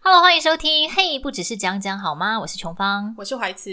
Hello，欢迎收听。嘿，不只是讲讲好吗？我是琼芳。我是怀慈，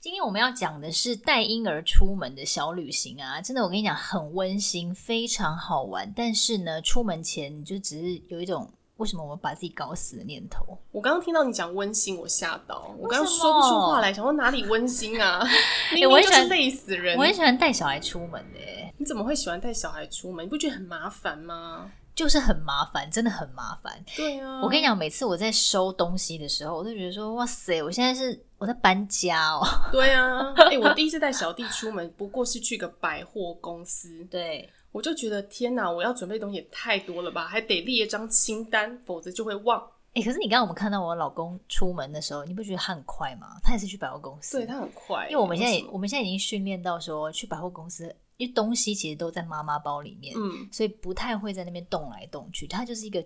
今天我们要讲的是带婴儿出门的小旅行啊，真的，我跟你讲，很温馨，非常好玩。但是呢，出门前就只是有一种为什么我们把自己搞死的念头。我刚刚听到你讲温馨，我吓到，我刚为刚什么说不出话来，想说哪里温馨 啊？明我很明喜就欢是累死人我。很喜欢带小孩出门的、欸你怎么会喜欢带小孩出门？你不觉得很麻烦吗？就是很麻烦，真的很麻烦。对啊，我跟你，讲，每次我在收东西的时候，我都觉得说，哇塞，我现在是我在搬家哦。对啊，哎、我第一次带小弟出门，不过是去个百货公司，对，我就觉得天哪，我要准备的东西也太多了吧，还得列一张清单，否则就会忘。哎、可是你刚刚我们看到我老公出门的时候，你不觉得他很快吗？他也是去百货公司，对他很快，因为我们现在为也什么我们现在已经训练到说，去百货公司，因为东西其实都在妈妈包里面，嗯，所以不太会在那边动来动去。它就是一个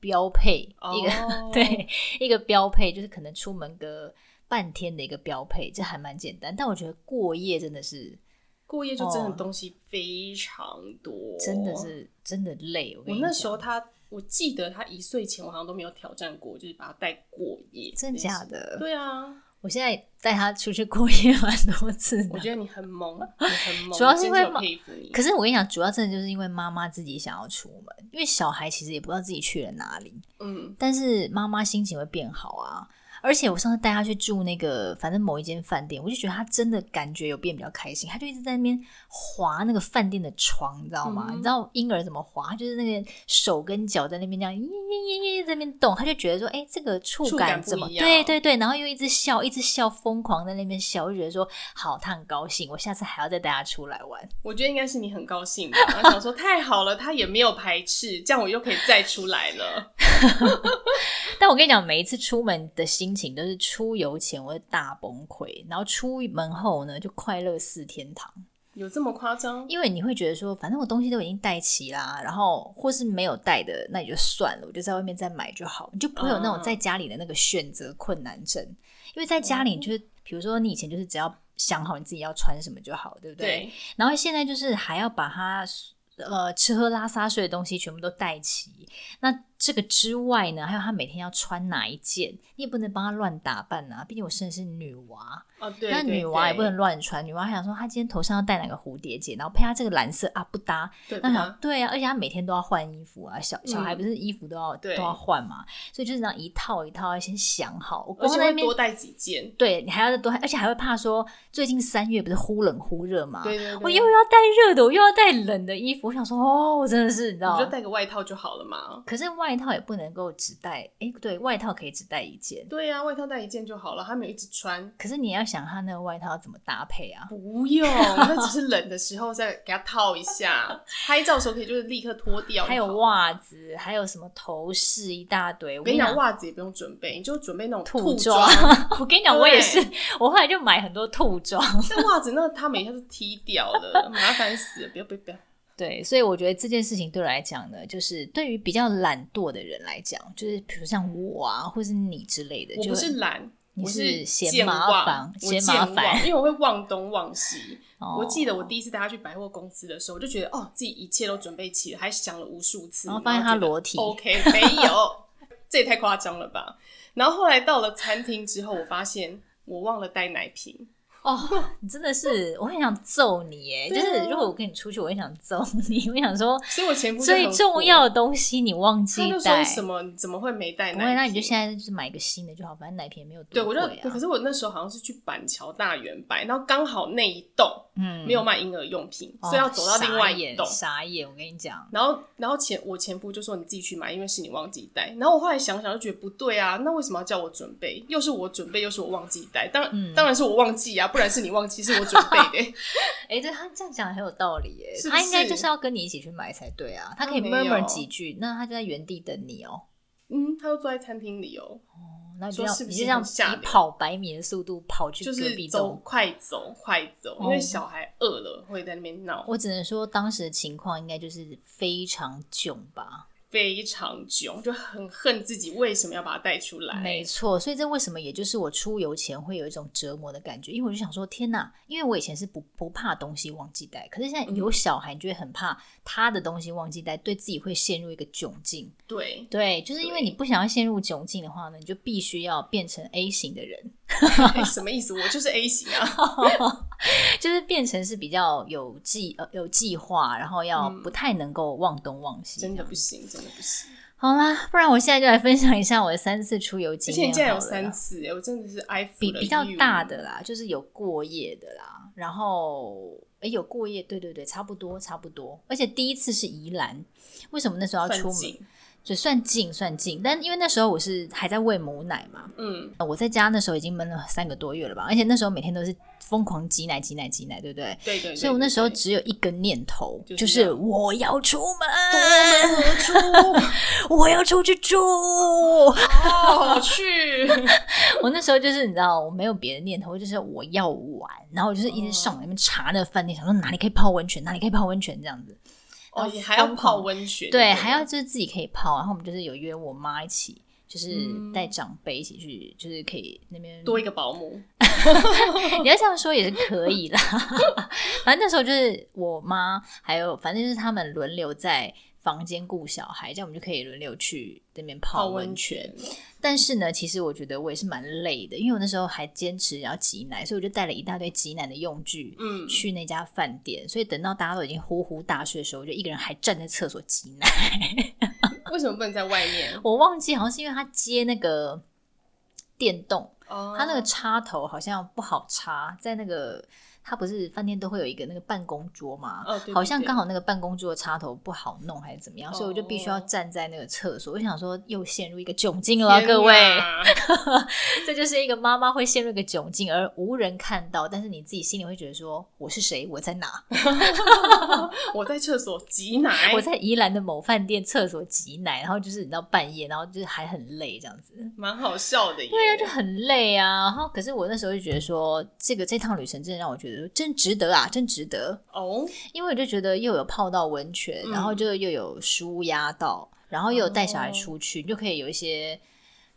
标配，一个、哦对一个标配，就是可能出门个半天的一个标配，这还蛮简单。但我觉得过夜真的是，过夜就真的哦东西非常多，真的是真的累。我跟我你那时候讲他，我记得他一岁前，我好像都没有挑战过，就是把他带过夜。真的假的？的？对啊，我现在带他出去过夜蛮多次的我。觉得你很猛，你 很猛，主要是因为我真的嘛佩服你。可是我跟你讲，主要真的就是因为妈妈自己想要出门，因为小孩其实也不知道自己去了哪里。嗯，但是妈妈心情会变好啊。而且我上次带她去住那个，反正某一间饭店，我就觉得她真的感觉有变比较开心，她就一直在那边划那个饭店的床，你知道吗？你嗯知道婴儿怎么划？她就是那个手跟脚在那边这样，耶耶耶耶在那边动，她就觉得说，哎、这个触触感感怎么？不一样对对对，然后又一直笑，一直笑，疯狂在那边笑，就觉得说，好，她很高兴，我下次还要再带她出来玩。我觉得应该是你很高兴吧，然后想说太好了，他也没有排斥，这样我又可以再出来了。但我跟你讲，每一次出门的心情都是出游前我会大崩溃，然后出门后呢就快乐似天堂，有这么夸张？因为你会觉得说，反正我东西都已经带齐啦，然后或是没有带的，那也就算了，我就在外面再买就好，你就不会有那种嗯在家里的那个选择困难症，因为在家里你就是，比如说你以前就是只要想好你自己要穿什么就好，对不对？对，然后现在就是还要把它呃吃喝拉撒睡的东西全部都带齐。那这个之外呢，还有他每天要穿哪一件，你也不能帮他乱打扮啊。毕竟我生的是女娃，哦对，那对女娃也对不能乱穿。女娃还想说她今天头上要戴哪个蝴蝶结，然后配她这个蓝色啊不搭。对那想吧？对啊，而且她每天都要换衣服啊，小小孩嗯不是衣服都要、对都要换嘛，所以就是这样一套一套要先想好。我而光且在那会边多带几件。对你还要再多，而且还会怕说最近三月不是忽冷忽热嘛，对对对，啊我又要带热的，我又要带冷的衣服。我想说，哦，我真的是，你知道你就吗？带个外套就好了嘛。可是外套也不能够只带，哎，对外套可以只带一件。对呀、啊，外套带一件就好了，他没有一直穿。可是你要想他那个外套要怎么搭配啊？不 用，那只是冷的时候再给它套一下，拍照的时候可以就是立刻脱掉。还有你好，袜子，还有什么头饰一大堆。我我跟跟你你讲，讲，袜子也不用准备，你就准备那种兔装。 我跟你讲，我也是，我后来就买很多兔装。 但袜子那它每天都踢掉了，麻烦死了！不要不要不要，对，所以我觉得这件事情对我来讲呢，就是对于比较懒惰的人来讲，就是比如像我啊，或是你之类的，我就不是很懒，你我是嫌健麻忘烦我嫌健麻烦忘因为我会忘东忘西。哦我记得我第一次带他去百货公司的时候，我就觉得哦，自己一切都准备齐了，还想了无数次，然后发现他觉得裸体 OK，没有， 这也太夸张了吧？然后后来到了餐厅之后，我发现我忘了带奶瓶。哦，你真的是，我很想揍你耶！就对啊是如果我跟你出去，我很想揍你。 我想说，所以我前夫就很最火重要，的东西你忘记他就说带，什么你怎么会没带不奶会，瓶？那你就现在就是买一个新的就好，反正奶瓶也没有对多我贵就啊。可是我那时候好像是去板桥大圆百，然后刚好那一栋嗯没有卖婴儿用品，哦所以要走到另外傻一眼栋。傻眼，我跟你讲，然后，然后前我前夫就说你自己去买，因为是你忘记带。然后我后来想想就觉得不对啊，那为什么要叫我准备？又是我准备，又是我忘记带。当然，嗯当然是我忘记啊，不然是你忘记，是我准备的、 哎，对他这样讲很有道理耶，是不他应该是就是要跟你一起去买才对啊，他可以他没有 murmur 几句，那他就在原地等你哦。嗯，他就坐在餐厅里哦，然后你就说要是不你是就这样很下以流跑百米的速度跑去就隔是壁走栋。快走快走，因哦为小孩饿了会在那边闹，我只能说，当时的情况应该就是非常囧吧。非常囧，就很恨自己为什么要把它带出来。没错，所以这为什么也就是我出游前会有一种折磨的感觉，因为我就想说，天哪！因为我以前是不不怕东西忘记带，可是现在有小孩，你就会很怕他的东西忘记带，对自己会陷入一个窘境。对， 对，就是因为你不想要陷入窘境的话呢，你就必须要变成 A 型的人， 哎什么意思？我就是 A 型啊。就是变成是比较有计呃有计划，然后要不太能够忘东忘西这样。真的不行，真的不行。好啦，不然我现在就来分享一下我的三次出游而经且验。你竟然有三，次欸耶，我真的是 I 比比较大的啦，就是有过夜的啦，然后诶有过夜，对对对，差不多差不多。而且第一次是宜兰，为什么那时候要算出门？尽就算近算近，但因为那时候我是还在喂母奶嘛，嗯，我在家那时候已经闷了三个多月了吧，而且那时候每天都是疯狂挤奶挤奶挤奶，对不对？对对对。所以我那时候对只有一个念头，就就是是要我要出对门，夺门而 出，我要出去住。哦， 去，哦我那时候就是你知道，我没有别的念头，就是我要玩，然后我就是一直上网那边查那个饭店，想说哪里可以泡温泉，哪里可以泡温泉这样子。哦，也还要疯狂泡温泉，对，还要就是自己可以泡，然后我们就是有约我妈一起。就是带长辈一起去，就是可以那边多一 个保姆，你要这样说也是可以啦。 反正那时候就是我妈还有，反正就是他们轮流在房间顾小孩，这样我们就可以轮流去那边泡温泉。泉，但是呢，其实我觉得我也是蛮累的，因为我那时候还坚持要挤奶，所以我就带了一大堆挤奶的用具。嗯，去那家饭店，所以等到大家都已经呼呼大睡的时候，我就一个人还站在厕所挤奶。 为什么不能在外面？我忘记好像是因为他接那个电动，哦，它那个插头好像不好插，在那个它不是饭店都会有一个那个办公桌嘛，哦，对对好像对刚好那个办公桌的插头不好弄还是怎么样，所以我就必须要哦站在那个厕所。我想说又陷入一个窘境了，天各位，哪这就是一个妈妈会陷入一个窘境，而无人看到，但是你自己心里会觉得说我是谁，我在哪，我在厕所挤奶， 我在宜兰的某饭店厕所挤奶，然后就是你知道半夜，然后就是还很累这样子。蛮好笑的耶，对啊，就很累啊。然后，可是我那时候就觉得说，这个这趟旅程真的让我觉得真值得啊，真值得。哦，因为我就觉得又有泡到温泉，嗯然后就又有舒压到，然后又有带小孩哦出去，你就可以有一些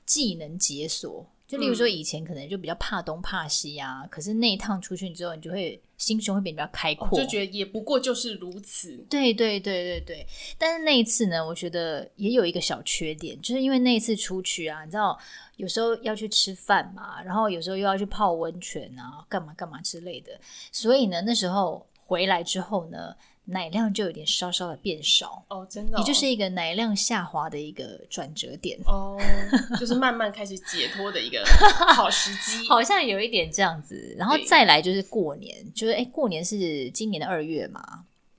技能解锁。就例如说，嗯以前可能就比较怕东怕西啊，可是那一趟出去之后，你就会心胸会变得比较开阔，哦就觉得也不过就是如此，对对对对对，但是那一次呢，我觉得也有一个小缺点，就是因为那一次出去啊，你知道有时候要去吃饭嘛，然后有时候又要去泡温泉啊，干嘛干嘛之类的，所以呢，那时候回来之后呢，奶量就有点稍稍的变少，哦，真的哦，也就是一个奶量下滑的一个转折点。哦，就是慢慢开始解脱的一个好时 机，好像有一点这样子，然后对再来就是过年，就是哎，过年是今年的二月嘛，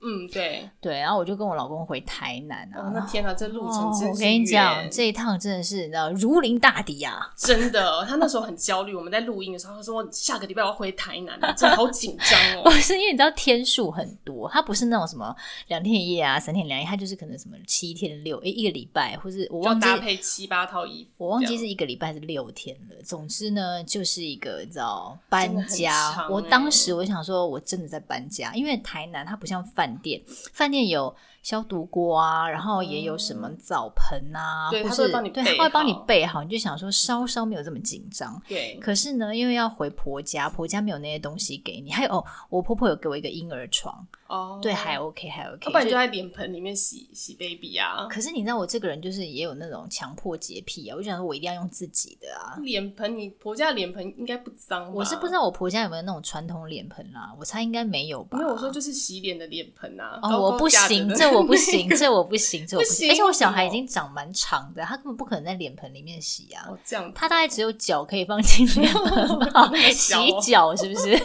嗯，对，对，然后我就跟我老公回台南啊，哦，那天哪，这路程哦真是我跟你讲，远这一趟真的是你知道如临大敌啊！真的，他那时候很焦虑。我们在录音的时候，他说我下个礼拜我要回台南了，真的好紧张不哦。是因为你知道天数很多，它不是那种什么两天一夜啊、三天两夜，它就是可能什么七天六，诶，一个礼拜，或是 我要忘记搭配七八套衣服，我忘这记样是一个礼拜还是六天了。总之呢，就是一个你知道真的搬很家。长我欸当时我想说，我真的在搬家，因为台南它不像饭店，饭店有消毒锅啊，然后也有什么澡盆啊，嗯对或它是都会帮你对，备它会帮你好备好，你就想说稍稍没有这么紧张。对，可是呢，因为要回婆家，婆家没有那些东西给你。还有哦，我婆婆有给我一个婴儿床，哦，对，还要 OK，还 OK 不然就就。在脸盆里面洗洗 baby 啊，可是你知道我这个人就是也有那种强迫洁癖啊，我就想说我一定要用自己的啊。脸盆你婆家的脸盆应该不脏嗯吧？我是不知道我婆家有没有那种传统脸盆啦、我猜应该没有吧。没有，我说就是洗脸的脸盆啊。哦，高我高不架着行，的这我不行， 这我不行，这我不行。行哦而且我小为什孩已么经长蛮长的，他根本不可能在脸盆里面洗啊。哦这样子，他大概只有脚可以放进脸盆吧么，洗小哦脚是不是？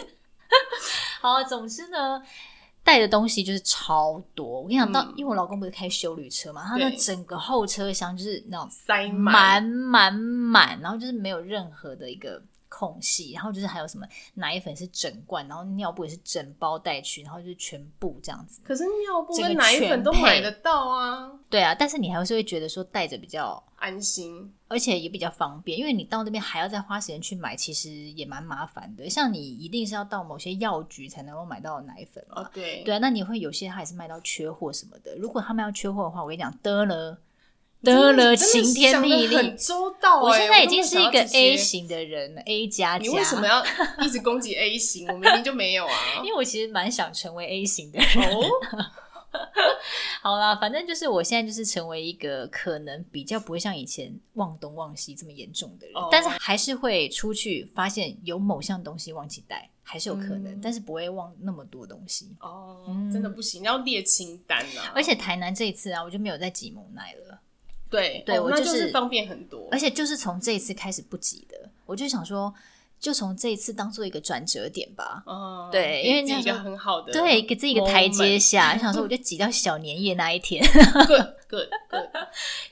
好，总之呢，带的东西就是超多。我跟你讲，到、嗯因为我老公不是开修旅车嘛，他那对整个后车厢就是那种塞满满满，然后就是没有任何的一个空隙，然后就是还有什么奶粉是整罐，然后尿布也是整包带去，然后就是全部这样子。可是尿布这个跟奶粉都全配买得到啊，对啊，但是你还是会觉得说带着比较安心。而且也比较方便，因为你到那边还要再花时间去买，其实也蛮麻烦的。像你一定是要到某些药局才能够买到奶粉嘛。哦，对，对啊，那你会有些它也是卖到缺货什么的。如果他们要缺货的话，我跟你讲，得了，得真的了真的晴天想得霹雳很。周到、欸。我现在已都经没是有一想个到这 A 些型的人了，A 加加。。你为什么？要一直攻击 A 型？我明明就没有啊因为我其实蛮想成为 A 型的人。 哦，好啦，反正就是我现在就是成为一个可能比较不会像以前忘东忘西这么严重的人，哦但是还是会出去发现有某项东西忘记带，还是有可能，嗯但是不会忘那么多东西。哦，嗯真的不行，要列清单啊。而且台南这一次啊，我就没有再挤蒙奶了，对对哦我那就是是方便很多而。且就是从这一次开始不挤的，我就想说，就从这一次当做一个转折点吧。哦，对给因为自己那一时个候很好的对，给自己一个台阶 moment 下，想说我就挤到小年夜那一天， Good good good，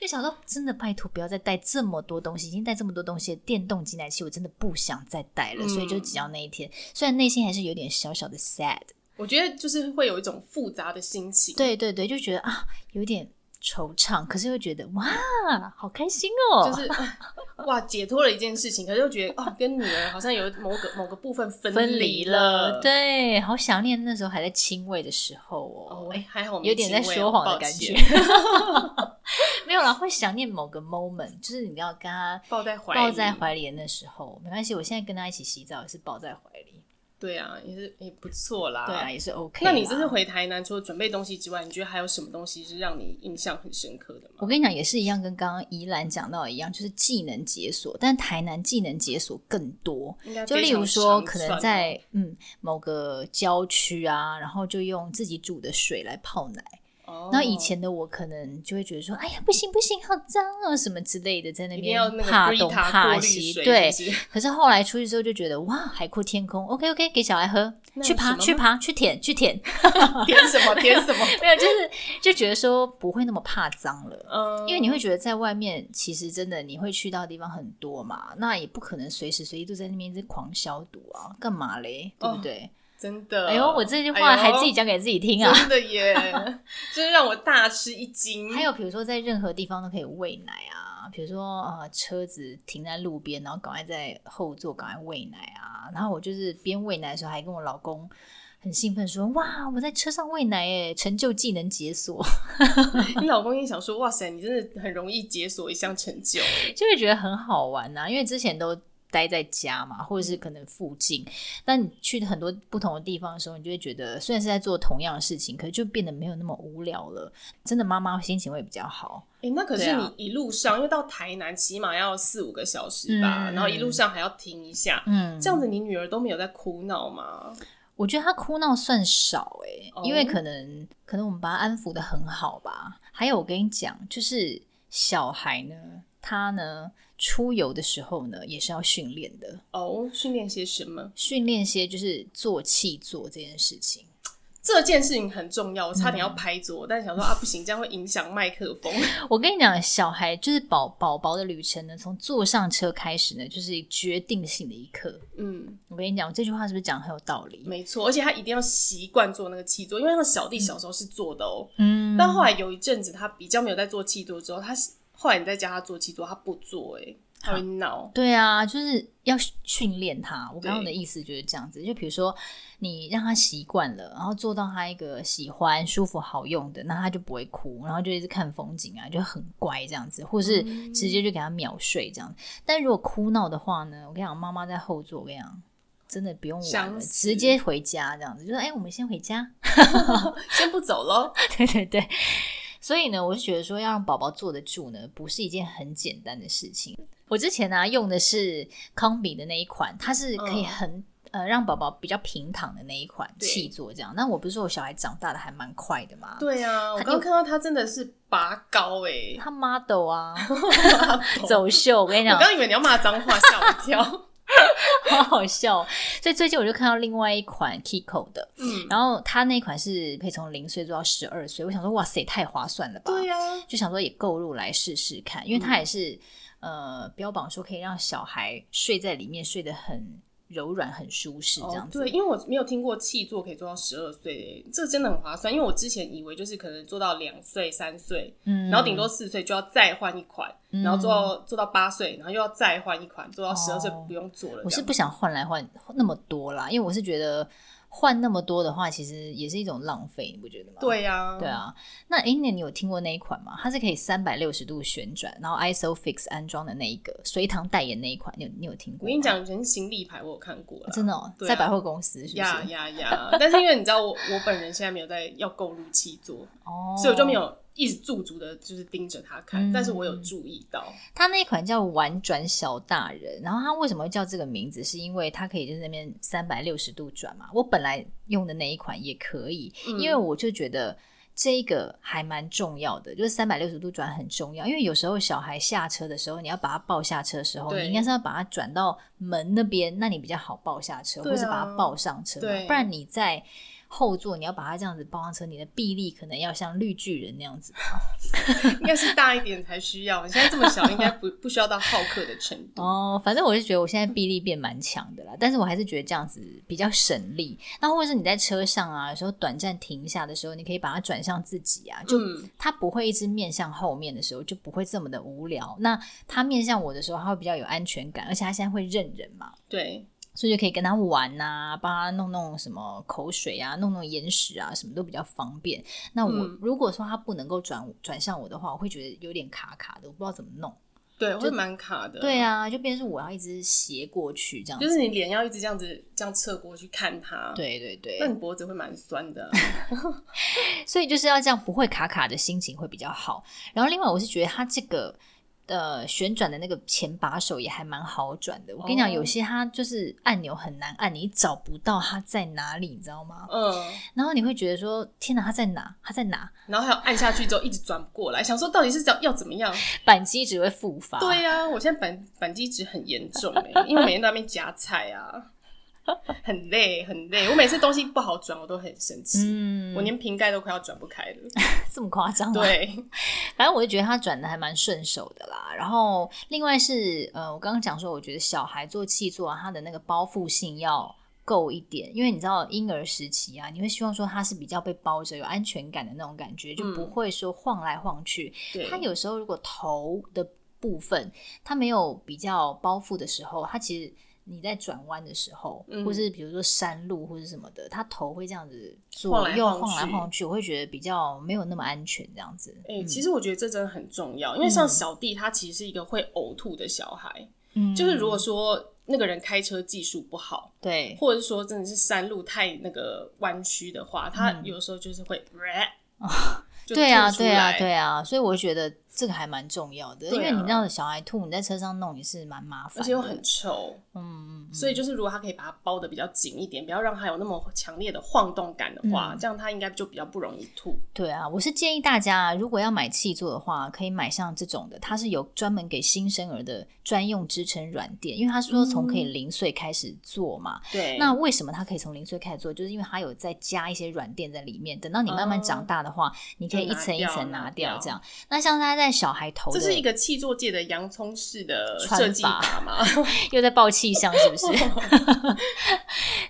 就想说，真的拜托不要再带这么多东西，已经带这么多东西的电动挤奶器，我真的不想再带了，嗯所以就挤到那一天。虽然内心还是有点小小的 sad，我觉得就是会有一种复杂的心情。对对对，就觉得啊有点惆怅，可是又觉得哇好开心哦，就是哎哇，解脱了一件事情，可是又觉得哦，跟女儿好像有某个某个部分分分离离了。了，，对，好想念那时候还在亲喂的时候哦哦，，哎、还好我们有点在机会哦说谎的感觉。 抱 歉没有啦，会想念某个 moment，就是你要跟他抱在怀里，抱在怀里的那时候，没关系，我现在跟他一起洗澡也是抱在怀里。对啊，也是也不错啦。对啊，也是 OK 啦。那你这次回台南，除了准备东西之外，你觉得还有什么东西是让你印象很深刻的吗？我跟你讲，也是一样，跟刚刚宜兰讲到的一样，就是技能解锁，但台南技能解锁更多。应该就非例常哦如说，长可能串在嗯某个郊区啊，然后就用自己煮的水来泡奶。哦，然后以前的我可能就会觉得说，哎呀，不行不行，好脏哦，什么之类的，在那一定边要那个怕 Brita 东怕过滤西。水对，是不 是可是后来出去之后就觉得，哇，海阔天空，OK OK，给小孩喝，那去有什爬么去吗爬去舔去舔， 填什么填什么，没有，就是就觉得说不会那么怕脏 了。嗯，因为你会觉得在外面，其实真的你会去到的地方很多嘛，那也不可能随时随地都在那边一直狂消毒啊，干嘛嘞？对不对？真的，哎呦，我这句话还自己讲给自己听啊。哎呦真的 耶，真让我大吃一惊。还有比如说，在任何地方都可以喂奶啊，比如说呃车子停在路边，然后赶快在后座赶快喂奶啊。然后我就是边喂奶的时候，还跟我老公很兴奋说：“哇，我在车上喂奶耶，成就技能解锁。” 你老公也想说，哇塞，你真的很容易解锁一项成就，就会觉得很好玩呐、因为之前都待在家嘛，或者是可能附近，但你去很多不同的地方的时候，你就会觉得虽然是在做同样的事情，可是就变得没有那么无聊了。真的，妈妈心情会比较好。哎、那可对是啊你一路上，因为到台南起码要四五个小时吧，嗯然后一路上还要停一下，嗯这样子你女儿都没有在哭闹吗？我觉得她哭闹算少诶、哦因为可能可能我们把她安抚的很好吧。还有，我跟你讲，就是小孩呢，他呢出游的时候呢，也是要训练的，哦，训练些什么？训练些就是做气做这件事情。这件事情很重要，我差点嗯要拍桌，但想说啊，不行，这样会影响麦克 风。我跟你讲，小孩就是宝宝宝的旅程呢，从坐上车开始呢，就是决定性的一刻。嗯，我跟你讲，我这句话是不是讲得很有道理？没错，而且他一定要习惯做那个气座，因为那个小弟小时候是做的哦，嗯，但后来有一阵子他比较没有在做气座之后，他是后来你再教他做气座，他不做、哎，他会 闹。 对啊，就是要训训练他。我刚刚的意思就是这样子，就比如说你让他习惯了，然后做到他一个喜欢、舒服、好用的，那他就不会哭，然后就一直看风景啊，就很乖这样子，或是直接就给他秒睡这样子。但如果哭闹的话呢，我跟你讲，妈妈在后座，我跟你讲。真的不用玩了，想死直接回家这样子，就说哎、我们先回家，先不走喽，对 对对。所以呢，我是觉得说要让宝宝坐得住呢，不是一件很简单的事情。我之前呢、用的是康比的那一款，它是可以嗯很、呃让宝宝比较平躺的那一款对气座这样。那我不是说我小孩长大的还蛮快的嘛，对啊，我他刚刚看到他真的是拔高哎、他 model 啊 走秀，我跟你我讲，刚以为你要骂脏话，吓我一 跳。好好笑哦。所以最近我就看到另外一款 Kiko 的，嗯，然后它那款是可以从零岁做到十二岁，我想说哇塞，太划算了吧？对啊呀、就想说也购入来试试看，因为嗯它也是、呃标榜说可以让小孩睡在里面睡得很柔软、很舒适这哦样，子。对，因为我没有听过气座可以做到十二岁，这真的很划算。因为我之前以为就是可能做到两岁、三岁，嗯然后顶多四岁就要再换一款，然后做到做到八岁，然后又要再换一款，做到十二岁哦不用做了。我是这样不想换来换那么多啦，因为我是觉得换那么多的话，其实也是一种浪费，你不觉得吗？对呀、对，啊，那哎，那你有听过那一款吗？它是可以三百六十度旋转，然后 ISOFIX 安装的那一个，隋唐代言那一款，你有你有听过吗？我跟你讲，以前行李牌我有看过啦，真的、哦，对啊在百货公司是不呀是？呀呀！但是因为你知道我，我本人现在没有在要购入七座，哦，所以我就没。有一直驻足的，就是盯着他看。嗯但是我有注意到，它那一款叫玩转小大人，然后它为什么会叫这个名字？是因为它可以就是那边三百六十度转嘛。我本来用的那一款也可以，嗯因为我就觉得这个还蛮重要的，就是三百六十度转很重要。因为有时候小孩下车的时候，你要把他抱下车的时候，对你应该是要把他转到门那边，那你比较好抱下车，对啊或是把他抱上车嘛对不然你在。后座你要把他这样子抱上车，你的臂力可能要像绿巨人那样子。应该是大一点才需要。你现在这么小，应该不不需要到好客的程度。哦，反正我是觉得我现在臂力变蛮强的啦，但是我还是觉得这样子比较省力。那或者是你在车上啊，有时候短暂停一下的时候，你可以把它转向自己啊，就嗯，它不会一直面向后面的时候，就不会这么的无聊。那它面向我的时候，它会比较有安全感，而且它现在会认人嘛。对，所以就可以跟他玩呐、帮他弄弄什么口水啊，弄弄眼屎啊，什么都比较方便。那我、嗯如果说他不能够转转向我的话，我会觉得有点卡卡的，我不知道怎么弄。对，会蛮卡的。对，啊，就变成是我要一直斜过去这样子。就是你脸要一直这样子这样侧过去看他。。对对对，那你脖子会蛮酸的啊、所以就是要这样不会卡卡的心情会比较好。然后另外我是觉得它这个呃旋转的那个前把手也还蛮好转的。我跟你讲，哦有些它就是按钮很难按，你找不到它在哪里，你知道吗？嗯，然后你会觉得说天哪，它在哪？它在哪？然后还有按下去之后一直转不过来，想说到底是要要怎么样？扳机只会复发。对呀、我现在反反击值很严重哎、因为我每天都在那边夹菜啊，很累很累。我每次东西不好转，我都很生气，嗯，我连瓶盖都快要转不开了。这么夸张、啊？ 对，反正我就觉得他转的还蛮顺手的啦。然后另外是呃，我刚刚讲说，我觉得小孩做气座、啊，他的那个包覆性要够一点，因为你知道婴儿时期啊，你会希望说他是比较被包着、有安全感的那种感觉，就不会说晃来晃去。嗯对，他有时候如果头的部分他没有比较包覆的时候，他其实。你在转弯的时候，嗯或是比如说山路或是什么的，他头会这样子晃左来右晃晃来去晃去，我会觉得比较没有那么安全这样子。哎、其实我觉得这真的很重要，因为像小弟他其实是一个会呕吐的小孩，嗯就是如果说那个人开车技术不好，对，或者是说真的是山路太那个弯曲的话，他有时候就是会，就嗯对啊，吐出对啊，来对啊，所以我觉得这个还蛮重要的，对因啊为你知道小孩吐，你在车上弄也是蛮麻烦的，而且又很臭，嗯，嗯嗯所以就是如果他可以把它包的比较紧一点，不要让它有那么强烈的晃动感的嗯话，这样它应该就比较不容易吐。对啊，我是建议大家如果要买气座的话，可以买像这种的，它是有专门给新生儿的专用支撑软垫，因为他说从可以零岁开始做嘛，嗯对，那为什么它可以从零岁开始做？就是因为它有再加一些软垫在里面，等到你慢慢长大的话，你可以一层一层拿掉哦就拿掉这样。那像它在小孩头的，这是一个气作界的洋葱式的穿设计法法嘛？ 又在爆气象，是不 是？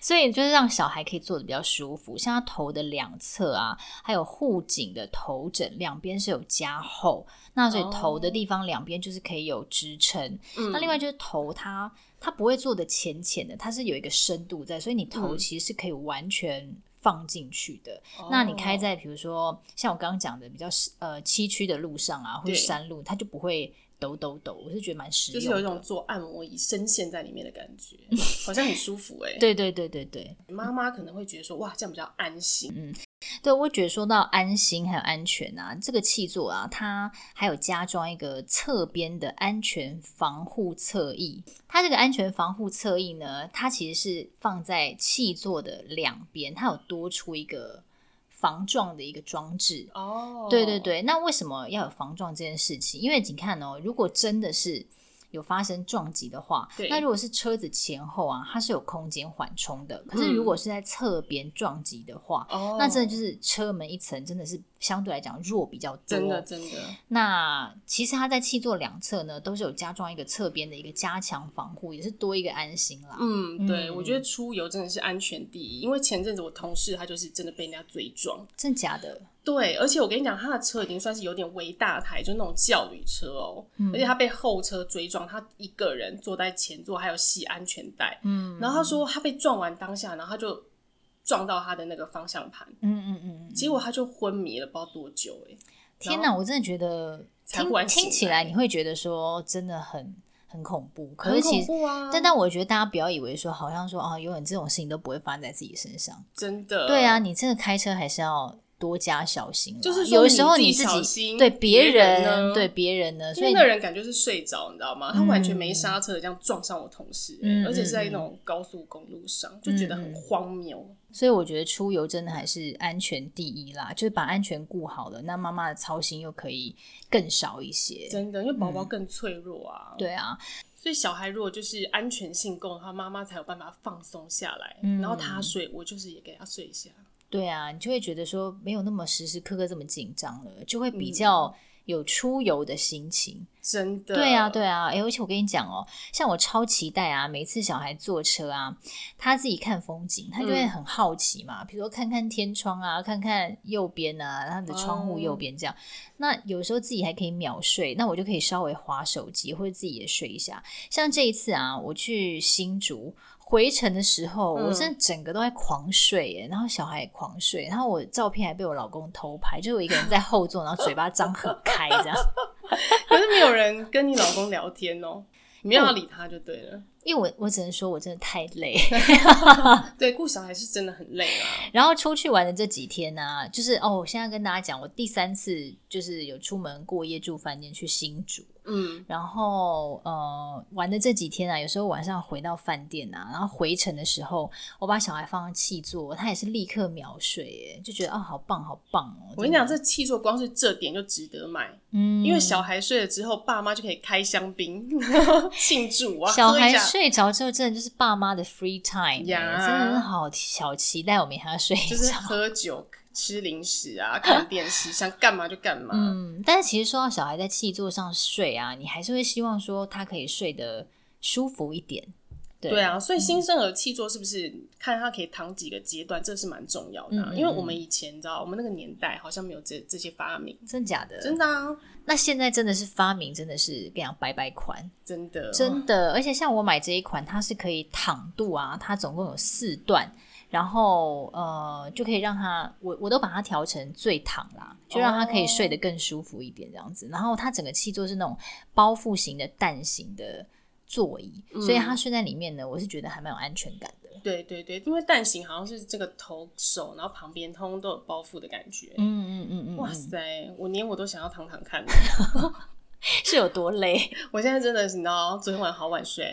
所以就是让小孩可以坐的比较舒服，像他头的两侧啊，还有护颈的头枕两边是有加厚，那所以哦头的地方两边就是可以有支撑。嗯那另外就是头它它不会做的浅浅的，它是有一个深度在，所以你头嗯其实是可以完全。放进去的，那你开哦在比如说像我刚刚讲的比较呃崎岖的路上啊，或者对山路，它就不会抖抖抖，我是觉得蛮实就用是的。有一种做按摩椅深陷在里面的感 觉，好像很舒服哎、欸。，对对对对对，妈妈可能会觉得说，哇，这样比较安心。嗯对，我觉得说到安心还有安全啊，这个气座啊，它还有加装一个侧边的安全防护侧翼。它这个安全防护侧翼呢，它其实是放在气座的两边，它有多出一个防撞的一个装置。哦，对对，对，那为什么要有防撞这件事情？因为你看哦，如果真的是有发生撞击的话对，那如果是车子前后啊，它是有空间缓冲的。可是如嗯果是在侧边撞击的话，哦，那真的就是车门一层真的是相对来讲弱比较多。真的真的，那其实它在气座两侧呢，都是有加装一个侧边的一个加强防护，也是多一个安心啦。嗯，对，嗯我觉得出游真的是安全第一，因为前阵子我同事他就是真的被人家追撞。真的假的？对，而且我跟你讲，他的车已经算是有点微大台，就是那种教旅车哦。嗯而且他被后车追撞，他一个人坐在前座，还有系安全带。嗯，然后他说他被撞完当下，然后他就撞到他的那个方向盘，嗯嗯嗯嗯，结果他就昏迷了，不知道多久哎、天哪，我真的觉得才听忽然听醒起来来你会觉得说真的很很恐怖，可很是其恐实。怖啊！但但我觉得大家不要以为说好像说哦，永远这种事情都不会发生在自己身上。真的，对啊，，你这个开车还是要多加小心啦。就是说有的时候你你自己自小己心对别别人呢对别人呢，因所为以那人感觉是睡着，你知道吗？他完全没刹车，这样撞上我同事、欸嗯而且是在那种高速公路上，就觉得很荒谬。所以我觉得出游真的还是安全第一啦，就是把安全顾好了，那妈妈的操心又可以更少一些。真的，因为宝宝更脆弱啊，，嗯对啊，所以小孩如果就是安全性够的话，妈妈才有办法放松下来。嗯然后他睡，我就是也给他睡一下。对啊，你就会觉得说没有那么时时刻刻这么紧张了，就会嗯比较有出游的心情。真的，对啊，对啊，哎，而且我跟你讲哦，像我超期待啊，每次小孩坐车啊，他自己看风景，他就会嗯很好奇嘛，比如说看看天窗啊，看看右边啊，他的窗户右哦边这样。那有时候自己还可以秒睡，那我就可以稍微划手机，或者自己也睡一下。像这一次啊，我去新竹。回程的时候，我嗯真的整个都在狂睡耶，然后小孩也狂睡，然后我照片还被我老公偷拍，就是我一个人在后座，然后嘴巴张很开这样。可是没有人跟你老公聊天哦，你没有要理他就对了。因为我我只能说我真的太累， 对，顾小孩是真的很累啊。然后出去玩的这几天呢、就是哦，我现在跟大家讲，我第三次就是有出门过夜住饭店去新竹，嗯，然后呃玩的这几天啊，有时候晚上回到饭店啊，然后回程的时候，我把小孩放上气座，他也是立刻秒睡，耶，就觉得哦好棒好棒哦。我跟你讲，这气座光是这点就值得买，嗯因为小孩睡了之后，爸妈就可以开香 槟庆祝啊，小喝一孩下睡着之后，真的就是爸妈的 free time，耶、呀真的是好小期待我明天要睡一觉。就是喝酒、吃零食啊、看电视，想干嘛就干嘛。嗯，但是其实说到小孩在气座上睡啊，你还是会希望说他可以睡得舒服一点。对嗯对，啊，所以新生儿气座是不是看他可以躺几个阶段，这是蛮重要的啊、嗯嗯因为我们以前你知道，我们那个年代好像没有这这些发明，真假的？真的啊，那现在真的是发明，真的是跟你讲白白款，真的，真的。而且像我买这一款，它是可以躺度啊，它总共有四段。然后呃，就可以让它，我我都把它调成最躺啦，就让它可以哦睡得更舒服一点这样子。然后它整个气座是那种包覆型的蛋型的座椅，所以嗯它睡在里面呢，我是觉得还蛮有安全感的。对对对，因为蛋形好像是这个头手，然后旁边通通都有包覆的感觉。嗯嗯嗯嗯，哇塞，我连我都想要躺躺看。是有多累。 我现在真的是，你知道，昨天晚上好晚睡，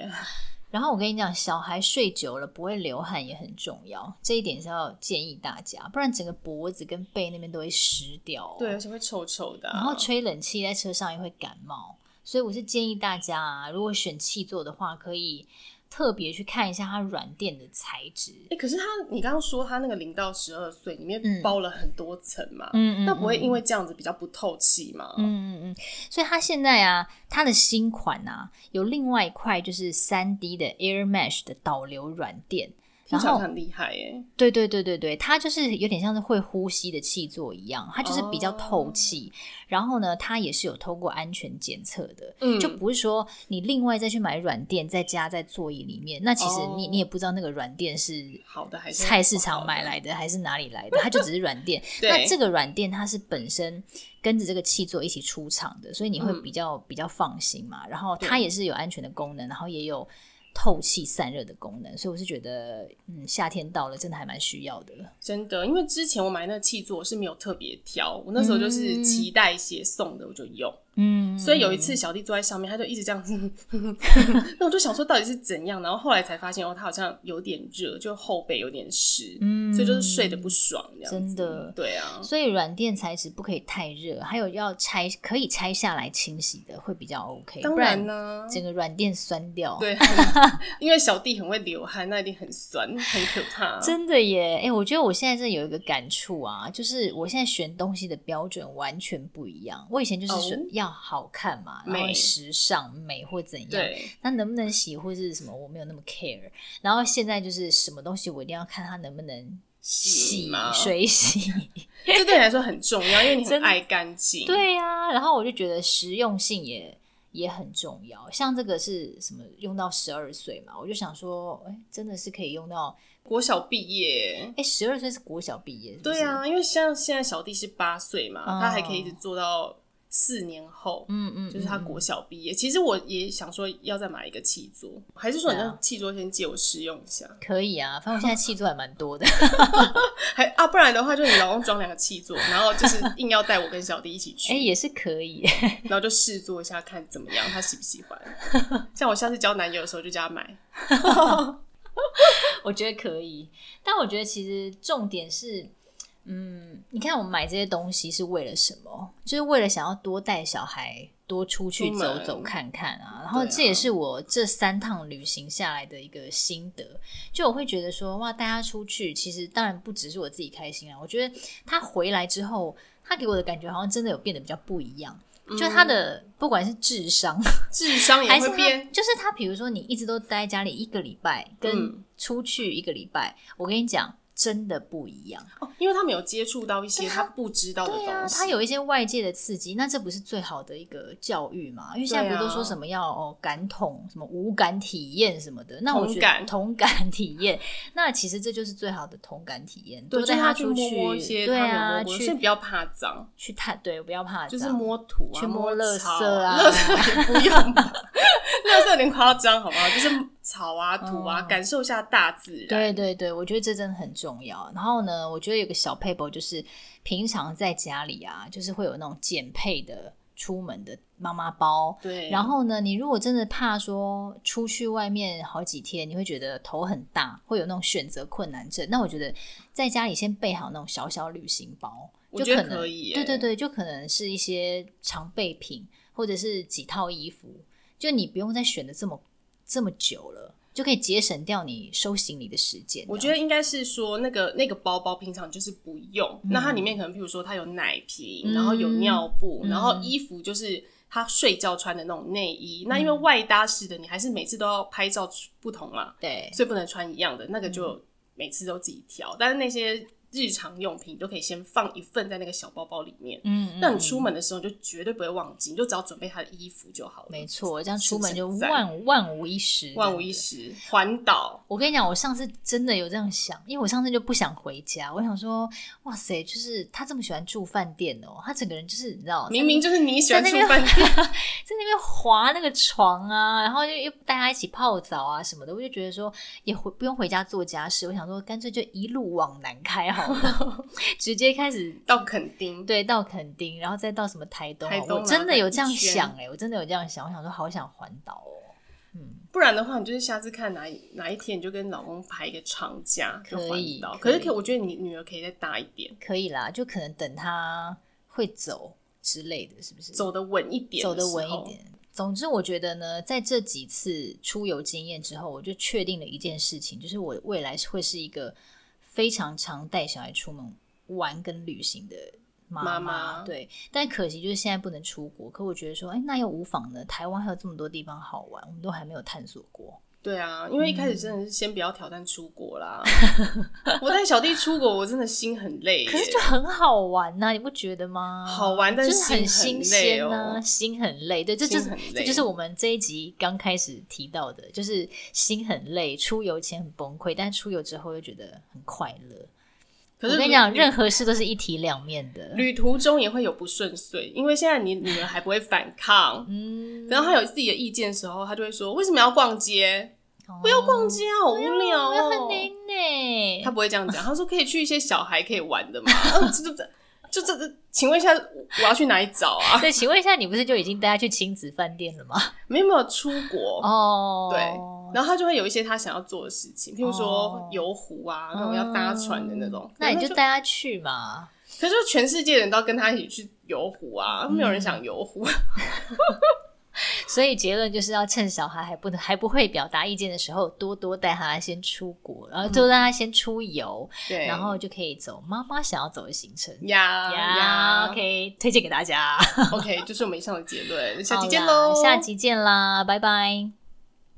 然后我跟你讲，小孩睡久了不会流汗也很重要，这一点是要建议大家，不然整个脖子跟背那边都会湿掉、哦。对，而，且会臭臭的啊、然后吹冷气在车上也会感冒，所以我是建议大家啊，如果选气座的话，可以特别去看一下它软垫的材质。哎、可是他，你刚刚说他那个零到十二岁里面嗯包了很多层嘛，嗯那不会因为这样子比较不透气吗？嗯嗯嗯，所以它现在啊，它的新款啊，有另外一块就是三 D 的 Air Mesh 的导流软垫，听然起来后很厉害耶、对对对对对，它就是有点像是会呼吸的气座一样，它就是比较透哦气。然后呢，它也是有通过安全检测的，嗯就不是说你另外再去买软垫再加在座椅里面，那其实你、哦你也不知道那个软垫是。好的还是菜市场不好的买来的还是哪里来的？它就只是软垫。对那这个软垫它是本身跟着这个气座一起出厂的，所以你会比较、比较放心嘛。然后它嗯对也是有安全的功能，然后也有透气散热的功能，所以我是觉得，嗯，夏天到了真的还蛮需要的。真的，因为之前我买那个气座是没有特别挑，我那时候就是期待写送的我就用，嗯，所以有一次小弟坐在上面，他就一直这样， 那我就想说到底是怎样，然后后来才发现哦，他好像有点热，就后背有点湿，嗯所以就是睡得不爽这样子，真的对啊，所以软垫材质不可以太热，还有要拆可以拆下来清洗的会比较 OK，当不然呢、整个软垫酸掉。对， 因为小弟很会流汗，那一定很酸，很可怕。真的耶，哎、我觉得我现在真的有一个感触啊，就是我现在选东西的标准完全不一样。我以前就是说哦要好看嘛，然后美时尚、美或怎样，对，那能不能洗或是什么，我没有那么 care。然后现在就是什么东西我一定要看它能不能洗嘛，水 洗，这对你来说很重要，因为你真很的爱干净。，啊对呀、然后我就觉得实用性也也很重要。像这个是什么用到十二岁嘛？我就想说，哎，真的是可以用到，国小毕业。哎，十二岁是国小毕业，是不是对，啊，因为像现在小弟是八岁嘛，哦他还可以一直做到四年后，嗯嗯，就是他嗯国小毕业。其实我也想说要再买一个气座，还是说你对啊让气座先借我试用一下？可以啊，反正我现 在气度还蛮多的。还啊，不然的话就你老公装两个气座，然后就是硬要带我跟小弟一 起去，哎、也是可以。 然后就试坐一下看怎么样，他喜不喜欢。像我下次交男友的时候就叫他买，我觉得可以，但我觉得其实重点是，嗯，你看我们买这些东西是为了什么？就是为了想要多带小孩多出去出走门走看看啊。然后对啊这也是我这三趟旅行下来的一个心得，就我会觉得说，哇，大家出去其实当然不只是我自己开心啊，我觉得他回来之后，他给我的感觉好像真的有变得比较不一样。就他嗯的不管是智商，智商也还是会他变。就是他，比如说你一直都待在家里一个礼拜，跟嗯出去一个礼拜，我跟你讲，真的不一样。哦，因为他们有接触到一些他不知道的对啊，东西，他有一些外界的刺激，那这不是最好的一个教育嘛？因为现在对不是啊都说什么要、哦感统、什么无感体验什么的，那我觉同得感同感 体验，那其实这就是最好的同感体验，多对，就带是他去出摸摸一些他对没有啊，摸过的，所以去不要怕脏，去探，对，不要怕就是脏摸土啊，去摸摸垃圾草啊 垃圾也不用吧，垃圾有点夸张，好不好？就是草啊、土啊，哦感受一下大自然。对对对，我觉得这真的很重要。然后呢，我觉得有个小 paper 就是，平常在家里啊，就是会有那种减配的出门的妈妈包。对，然后呢，你如果真的怕说出去外面好几天，你会觉得头很大，会有那种选择困难症。那我觉得在家里先备好那种小小旅行包，我就觉得能可以耶对对对，就可能是一些常备品，或者是几套衣服，就你不用再选的这么这么久了，就可以节省掉你收行李的时间。我这觉样得应该是说，那个那个包包平常就是不用，嗯那它里面可能譬如说它有奶瓶，然后有尿布，嗯然后衣服就是他睡觉穿的那种内嗯衣。那因为外搭式的，你还是每次都要拍照不同嘛，对，所以不能穿一样的，那个嗯就每次都自己挑。但是那些日常用品都可以先放一份在那个小包包里面。嗯，那你出门的时候你就绝对不会忘记，你就只要准备他的衣服就好了。没错，这样出门就省钱万万无一失，万无一失。失，环岛我跟你讲，我上次真的有这样想，因为我上次就不想回家，我想说，哇塞，就是他这么喜欢住饭店哦，他整个人就是你知道，明明就是你喜欢在住那边饭店， 在那边滑那个床啊，然后又又带他一起泡澡啊什么的，我就觉得说也回不用回家做家事，我想说干脆就一路往南开好 了，直接开始到垦丁，对到垦丁，然后再到什么台东啊、台东啊我真的有这样一圈想哎、我真的有这样想，我想说好想环岛哦，不然的话，你就是下次看哪一哪一天，你就跟老公排一个长假，可以就环岛。可可以是可，我觉得你女儿可以再大一点，可以啦，就可能等他会走之类的，是不是？走得稳一点，走得稳一。点。总之，我觉得呢，在这几次出游经验之后，我就确定了一件事情，就是我未来会是一个非常常带小孩出门玩跟旅行的妈妈妈对，但可惜就是现在不能出国。可我觉得说，哎，那又无妨呢。台湾还有这么多地方好玩，我们都还没有探索过。对啊，因为一开始真的是先不要挑战出国啦。 我带小弟出国，我真的心很累嗯耶。可是就很好玩呐、你不觉得吗？好玩但就是是很心新很累鲜呐、哦心很累。对，这就心是很这累就是我们这一集刚开始提到的，就是心很累，出游前很崩溃，但出游之后又觉得很快乐。可是我跟你讲，旅任何事都是一体两面的。旅途中也会有不顺遂，因为现在你女儿还不会反抗。嗯，然后她有自己的意见的时候，她就会说：“为什么要逛街？不不要逛街啊，好无聊哦我要很哦。”累呢。他不会这样讲，他说可以去一些小孩可以玩的嘛。 啊这这这这这，请问一下，我要去哪里找啊？对，请问一下，你不是就已经带他去亲子饭店了吗？没有没有出国，哦， 对，然后他就会有一些他想要做的事情，譬如哦说游湖啊，那种要搭船的那种嗯。那你可就是带他去嘛。可是全世界人都要跟他一起去游湖啊，没有嗯人想游湖。所以结论就是要趁小孩还不能还不会表达意见的时候，多多带他先出国，然后就让他先出游，嗯对，然后就可以走妈妈想要走的行程。呀呀呀，OK，推荐给大家。 ，OK，就是我们以上的结论，下好期见啦喽，下集见啦，拜拜。